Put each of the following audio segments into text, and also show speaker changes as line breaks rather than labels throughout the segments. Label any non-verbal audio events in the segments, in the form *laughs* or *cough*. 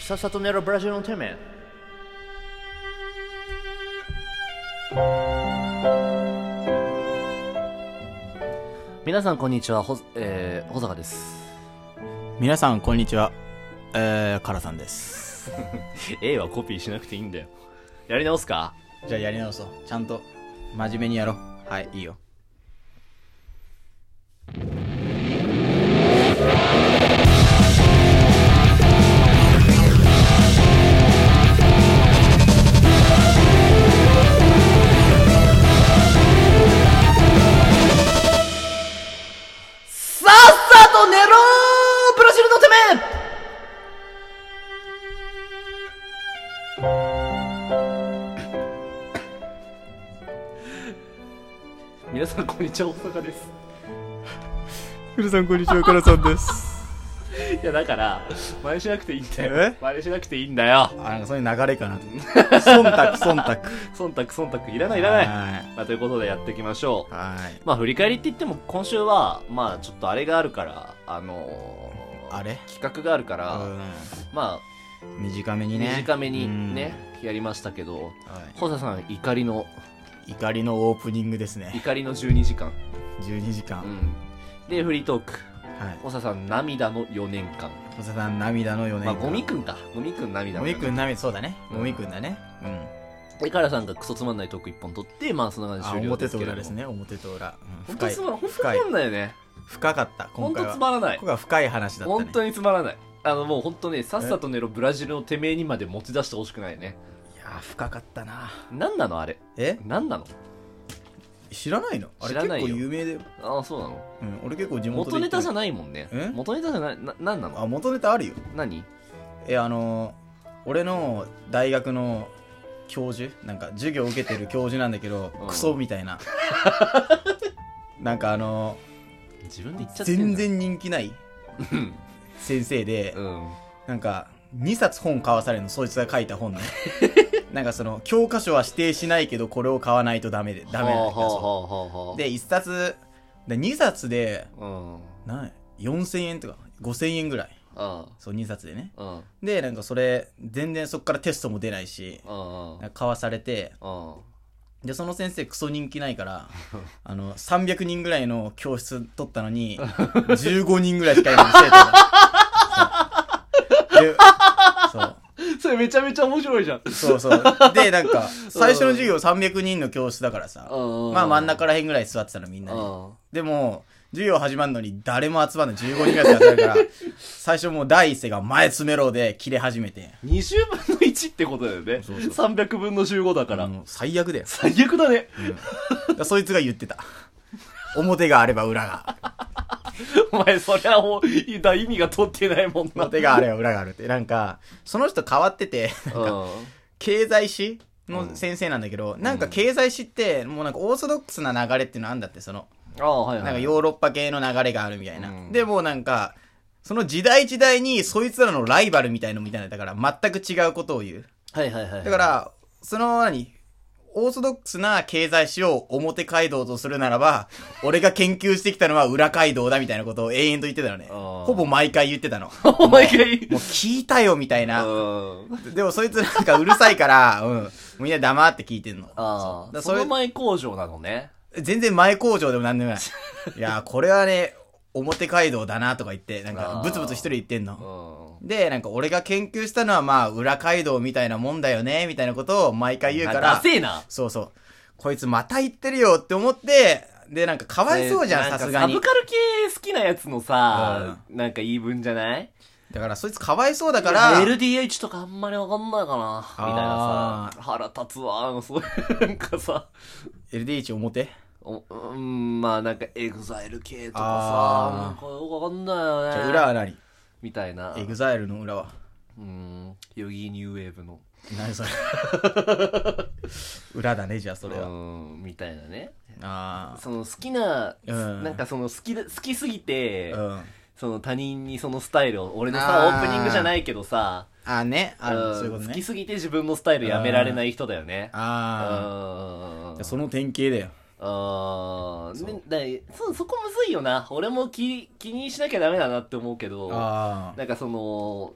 さっさと寝ろブラジルのてめえ皆さんこんにちはほ、えー、保坂です
皆さんこんにちはえー、カラさんです
*laughs* A はコピーしなくていいんだよやり直すか
じゃあやり直そうちゃんと真面目にやろうはいいいよ
さっさと寝ろブラジルのてめえ皆さんこんにちは保坂です
皆さんこんにちはカラさんです
いやだから真似しなくていいんだよ
え
真似しなくていいんだよ
*laughs* あなんかそういう流れかなと思って忖度忖度
忖度忖度いらないいらない
はい
まあ、ということでやっていきましょう
はい
まあ振り返りって言っても今週はまあちょっとあれがあるからあのー
あれ
企画があるから、まあ
うん短めにね
短めにね、やりましたけど
うんは
保田さん怒りの
い、怒りのオープニングですね
怒りの12時間、
12時
う
間、
ん、でフリートーク
はい
保田さん涙の4年間
小瀬さん涙の4年
まあ
間
ゴミくんかゴミくん涙
ゴ
の
ミ
4
く
年
ん涙そうだね
うん
ゴミくんだねうん
でカラさんがクソつまんないトーク1本取ってまあそんな感じで
あ
終了で
表
す
と
けれど
裏
も
ですね表と裏、う
本
ん、
当
深
に
い
つまら本当につま
深い
らないよね
深かった今
本
回
当
は
つまらない
ここが深い話だったね
本当につまらないあのもう本当ねさっさと寝ろブラジルのてめえにまで持ち出してほしくないね
いやー深かったな
なんなのあれ
え
なんなの
知らないのあれ
知らないよ
結構有名だよ、
ああそうなの
うん、俺結構地元
元
で
ネタじゃ
ん
ないもんね
え
元ネタじゃないななんなの
あ元ネタあるよ
何
えあのー俺の大学の教授なんか授業受けてる教授なんだけど、
うん
クソみたいな
*laughs*
なんかあの
自分で言っちゃ
ー
ってんだ
全然人気ない
うん
先生で、
うん
なんか2冊本買わされるのそいつが書いた
*laughs*
本ねなんかその教科書は指定しないけどこれを買わないとダメでダメ
はあ
なんだ
はあ
そ
はあはあ
うで1冊で2冊で
うん
なん4000円とか5000円ぐらい
あ
そう2冊でね
あうん
でなんかそれ全然そっからテストも出ないし
うんうん
なんか買わされて
うん
でその先生クソ人気ないから
*laughs*
あの300人ぐらいの教室取ったのに15人ぐらいしかいない生徒がそうでそう
それめちゃめちゃ面白いじゃん
そうそう。で、なんか、最初の授業300人の教室だからさ、
うん
まあ真ん中らへんぐらい座ってたのみん
う
なね。
ん
でも、授業始まるのに誰も集まんの15人ぐらいしか集まる
*laughs*
から、最初もう第一声が前詰めろで切れ始めて。
20分の1ってことだよね
そうそう
300分の15だから
もう最悪だよ。
最悪だね
うん、だからそいつが言ってた。表があれば裏が、
*laughs* お前、そりゃもう、いだ意味が取ってないもんな。
表があれば裏があるって。なんか、その人変わってて、
う
経済史の先生なんだけど、なんか経済史って、もうなんかオーソドックスな流れっていうのあんだって、その、
ん。ああ、はいはい。
なんかヨーロッパ系の流れがあるみたいな。
うん
で、もうなんか、その時代時代にそいつらのライバルみたいのみたいなだから全く違うことを言う。
はいはいはい。
だから、その何オーソドックスな経済史を表街道とするならば、俺が研究してきたのは裏街道だみたいなことを永遠と言ってたのね。
あー
ほぼ毎回言ってた
*laughs*
の。
ら、お前がいい。
もう聞いたよみたいうな。
ん。
でもそいつなんかうるさいから、うん。みんな黙って聞いてんの。
ああ、
そうだ
そ
それ
の前工場なのね。
全然前工場でもなん
*laughs*
でもない。いやー、これはね、表街道だなとか言って、なんか
あー、
ブツブツ一人言ってん
うん。
の。
は
で、なんか、俺が研究したのは、まあ、裏街道みたいなもんだよね、みたいなことを毎回言うから
ダ、セえな。
そうそう。こいつまた言ってるよって思って、で、なんか、かわいそうじゃん、
ね
さすが
なんかサブ
に。
カル系好きなやつのさ、なんか言い分じゃない
だから、そいつかわいそうだか
い
ら、
や LDH とかあんまりわかんないかな。みたいな
あ
さ、腹立つわ。あのそういう、 *laughs* なんかさ、
LDH 表じ
おうん、まあなんかエグザイル系とかさ、なん
あ
かよくわかんないよね。
ゃあ裏は何
みたいな。
エグザイルの裏は。
うーん、ヨギーニューウェーブの。*laughs*
何それ。裏だね、じゃあ、それ
う
は。
ーんみたいなね。
あ
その好きな、
うん
なんかその好きで、好きすぎて、
あ。うん。
その他人にそのスタイルを、俺のさ、オ
あー
ープニングじゃないけどさ、
あーね、あ
うん
る、そういうこと
好
ね
き。すぎて自分のスタイルやめられない人だよね。う
ああ。
ーん。
その典型だよ。
あーねだそそこむずいよな俺も気気にしなきゃダメだなって思うけど
あ
なんかその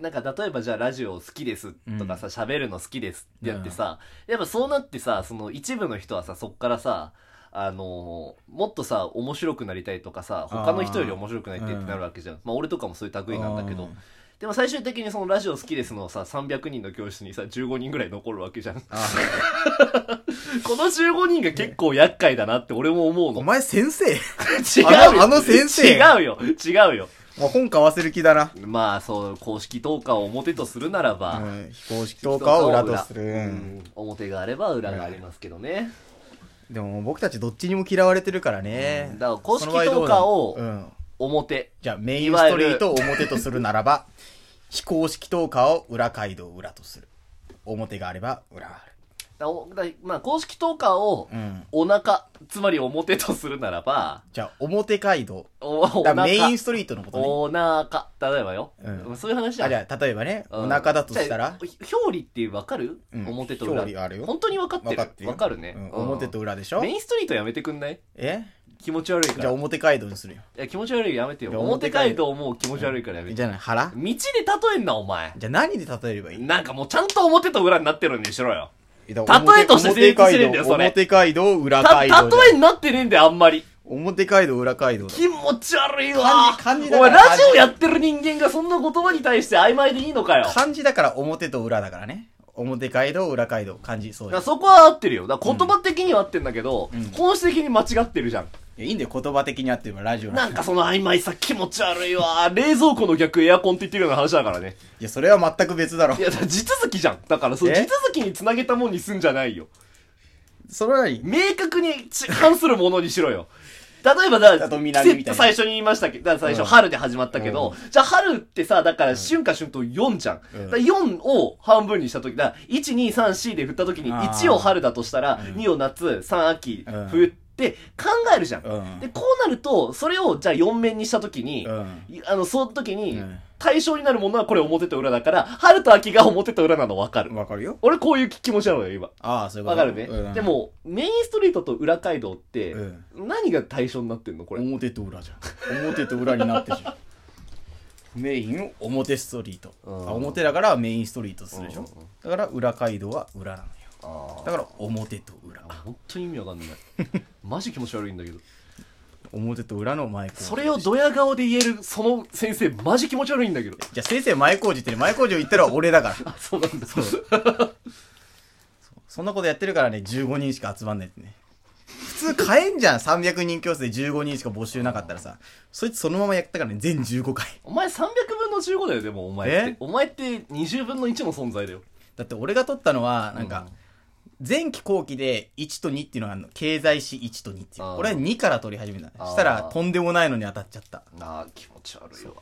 なんか例えばじゃあラジオ好きですとかさ、喋、るの好きですってやって
うん
さ、やっぱそうなってさ、その一部の人はさ、そっからさ、あのーもっとさ、面白くなりたいとかさ、他の人より面白くなりたいってなるわけじゃん。まあ俺とかもそういう類なんだけど、でも最終的にそのラジオ好きですのさ、300人の教室にさ、15人ぐらい残るわけじゃん。 *laughs* こ
あー
の15人が結構厄介だなって俺も思うの。
お前先生
違
あ
うよ
のあの先生
違うよ違うよ
もう本買わせる気だな。
まあそう、公式投下を表とするならば、
うん、非公式投下を裏とする。
う
うん
ん表があれば裏がありますけどね。
でも僕たちどっちにも嫌われてるからね。
うんだから公式
その場合どうなの
投下を
うん。
表。
じゃあメインストリートを表とするならば、非公式投下を裏街道を裏とする。表があれば裏がある。
だおだまあ公式投下を
うん。
お腹、つまり表とするならば、
じゃあ表街道。
おお
だか
腹
らメインストリートのことね。
お腹。例えばよ。
うん
そういう話だ。
あ、じゃあ例えばね、
うん
お腹だとしたら、
じゃあ表裏ってわかる、
うん
表と裏。
表裏あるよ
本当に分かって
分
る。
かってるよ
分かるね、
うん
うん
表と裏でしょ
メインストリートやめてくんない
え
気持ち悪いか
じゃ
ら。
あ
い
表街道にするよ。
や気持ち悪いやめてよ。
じゃあ
表
表
街道もう気持ち悪いからやめて。
じゃあ腹
道で例えんな、お前。
じゃあ何で例えればいい
なんかもうちゃんと表と裏になってるんにしろよ。
例
例えとして成立してるんだよそれ
表街道、裏
た、
街道じゃん。
例えになってねえんだよ、あんまり。
表街道、裏街道だ。
気持ち悪いわ。
漢字漢字
お
だか
前
ら
ラジオやってる人間がそんな言葉に対して曖昧でいいのかよ。だか
*laughs* 漢字だから表と裏だからね。表街道、裏街道、漢字、そう
ら
です。
そこは合ってるよ。だから言葉的には合ってんだけど、本質的に間違ってるじゃん。
いやいいんだよ、言葉的にあってればラジオなんだ
なんかその曖昧さ気持ち悪いわ。 *laughs* 冷蔵庫の逆エアコンって言ってるような話だからね。
いや、それは全く別だろ
い。や、だから地続きじゃん。だからその
え
地続きに繋げたもんにすんじゃないよ。
それは何
明確にち関するものにしろよ。 *laughs* 例えばだ、
北と
季
南みたいな
節って最初に言いましたけど、だから最
うん
初春で始まったけど、じゃあ春ってさ、だから春夏春冬4じゃん。
うん
だから4を半分にしたとき、だから1、2、3、4で振ったときに、
あー
1を春だとしたら、2を夏、3秋、
うん
冬って考えるじゃん。
うん
で、こうなると、それをじゃあ4面にしたときに、
うん。
いあの、その時に
うん、
対象になるものはこれ表と裏だから、春と秋が表と裏なの分かる。
わかるよ。
俺こういう気持ちなのよ、今。
ああ、そういうこ
わ
と
かるね、
うん
で、も、メインストリートと裏街道って、
うん
何が対象になってんのこれ。
表と裏じゃん。表と裏になってるじゃん。メインを表ストリート。
うん
あ表だからメインストリートするでし
う
ょ
んうん。
だから裏街道は裏なのよ。
あ
だから表と裏。
本当に意味わかん *laughs* ない。マジ気持ち悪いんだけど。
表と裏の前工事。
それをドヤ顔で言える、その先生、マジ気持ち悪いんだけど。
じゃあ先生前工事ってね前工事を言ったら俺だから。
*laughs* あ、そうなんだ。
そんなことやってるからね、15人しか集まんないってね。普通買えんじゃん、300人教室で15人しか募集なかったらさ。そいつそのままやったからね、全15回。
お前300分の15だよ、でも、お前って
え。
お前って20分の1の存在だよ。
だって俺が取ったのは、なんか、前期後期で1と2っていうのがあるの。経済史1と2っていう
あー。
俺は2から取り始めたの。
あー
したら、とんでもないのに当たっちゃった。
なあ、気持ち悪いわ。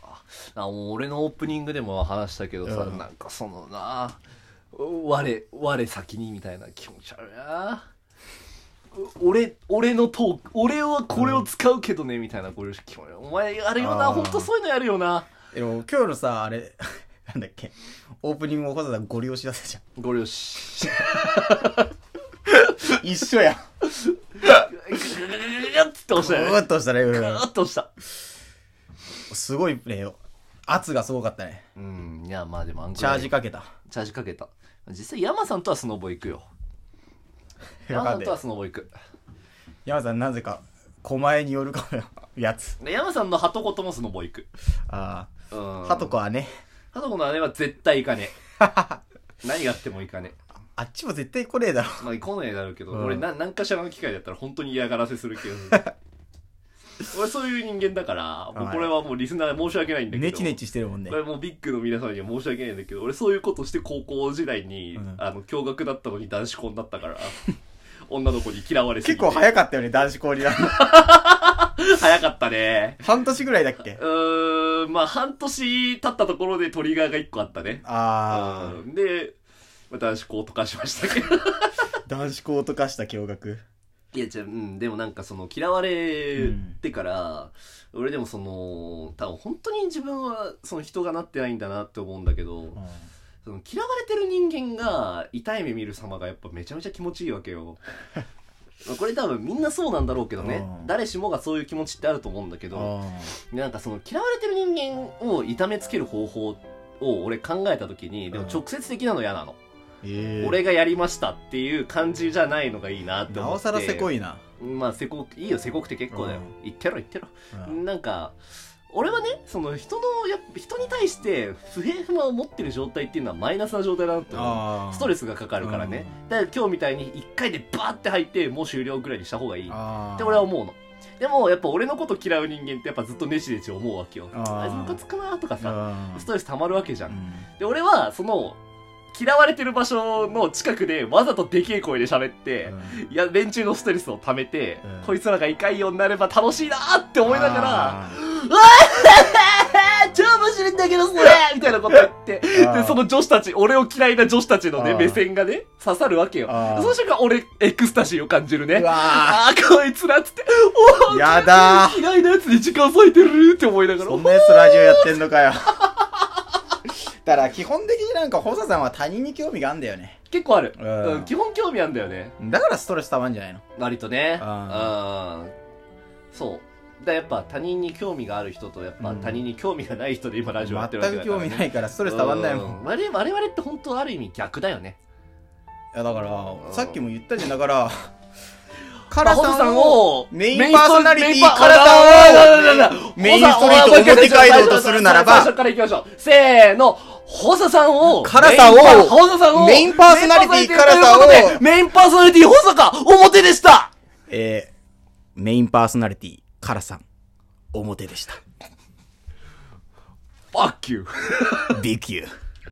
なあ、もう俺のオープニングでも話したけどさ、
うん
なんかそのなあ、我、我先にみたいな気持ち悪いな。う俺、俺のトーク、俺はこれを使うけどね、みたいな、これ気持ち悪い。お前、あれよな、
あー
ほんとそういうのやるよな。
でも今日のさ、あれ、 *laughs* なんだっけ、オープニングをこそさ、ゴリ押し出せじゃん。
ご了承。
一緒やん。
ぐぐぐぐぐぐっつって押し
う
たよ
ー
ね。
っと押したね。う
ぐ
ん
ーっと押した。
すごいプレーよ。圧がすごかったね。
うん、いや、まあでもあんぐ
チャ
ら
ー
い
ジかけた。
チャージかけた。実際、山さんとはスノボ行くよ。
わ
山
か
さ
ん
ん
ね
と
え
はスノボ行く。
山さんなぜか狛江によるかもよやつ
で山さんのハトコともスノボ行く。
ああ
ハ
はとこはね
ハトコの姉は絶対行かねえ。何やっても行かねえ。
あっちも絶対来ねえだろ
まあ行かないだろうけど、
うん
俺な何かしらの機会だったら本当に嫌がらせする
*laughs*
けど。俺そういう人間だから、もう
はい
これはもうリスナー申し訳ないんだけど。
ネチネチしてるもんね
これもうビッグの皆さんには申し訳ないんだけど、俺そういうことして高校時代に、
うん
あの、驚愕だったのに男子校になったから、 *laughs* 女の子に嫌われすぎ
結
て
構早かったよね男子
*laughs*
校になるの
早かったね。
半年ぐらいだっけ
うーん、まあ半年経ったところでトリガーが1個あったね。
あ
うんで、まあ、男子校とかしましたけど。
あ男子校とかした驚愕
いや、じゃあうん、でもなんかその、嫌われてから、俺でもその、多分本当に自分は、その人がなってないんだなって思うんだけど、その嫌われてる人間が痛い目見る様がやっぱめちゃめちゃ気持ちいいわけよ。 *laughs* まあこれ多分みんなそうなんだろうけどね
う。ん
誰しもがそういう気持ちってあると思うんだけど、
あ
なんかその嫌われてる人間を痛めつける方法を俺考えた時に、でも
うん
直接的なの嫌なの。
ええ
俺がやりましたっていう感じじゃないのがいいなって思って。
なおさらせこいな。
まあ、せこ、いいよ、せこくて結構だよ。言ってろ、言ってろ。
うん
なんか、俺はね、その人の、やっぱ人に対して不平不満を持ってる状態っていうのはマイナスな状態だなって思う。
あ
ストレ
ス
スがかかるからね。だから今日みたいに1回でバーって入って、もう終了ぐらいにした方がいい。
ああ
って俺は思うの。でも、やっぱ俺のこと嫌う人間ってやっぱずっとネチネチ思うわけよ。
あー
あいつムカつくなとかさ、
うん
ストレス溜まるわけじゃ。
うんん
で、俺は、その、嫌われてる場所の近くでわざとでけえ声で喋って、いや、連中のストレスを溜めて、
うん
こいつらが怒いようになれば楽しいなーって思いながら、
あ
えー超面白いんだけどそれ
*laughs*
みたいなこと言って、
あー
で、その女子たち、俺を嫌いな女子たちのね、
あー
目線がね、刺さるわけよ。
あー
その瞬間俺、エクスタシーを感じる
ーう
ね。
わ
ああー、こいつらっつって、お
ー
*laughs* ー
やだー
嫌いなやつに時間割いてるって思いながら
そ、んなやつラジオやってんのかよ。 *laughs* だから基本的になんか、ホサさんは他人に興味があんだよね。
結構ある。
うん
うん、基本興味あんだよね。
だからストレス溜まんじゃないの
割とね。
あ
うん。そう。だからやっぱ他人に興味がある人と、やっぱ
うん
他人に興味がない人で今ラジオやってるわけ
全
だ
く
から、
興
ね。
味ないからスト
ト
レス溜まんないもん。い
我々我々って本当ある意味逆だよね。
や、だから、さっきも言ったじゃん。だ *laughs* から、カ
カ
ラ
ラ
さ
さ
ん
ん
を、
を
メインパーソナリティ
メインパ
カラさんを
あ
メインストリート表街道とするならば
最初から行きましょう。せーの、ホサさんを、
カラさんを
メインパーホサさんを、
メインパーソナリティカラさんを
メインパーソナリティということでメインパーソナリティホサか、表でした
えー、メインパーソナリティ、カラさん、 *laughs* 表でした。
Fuck you.
B 級。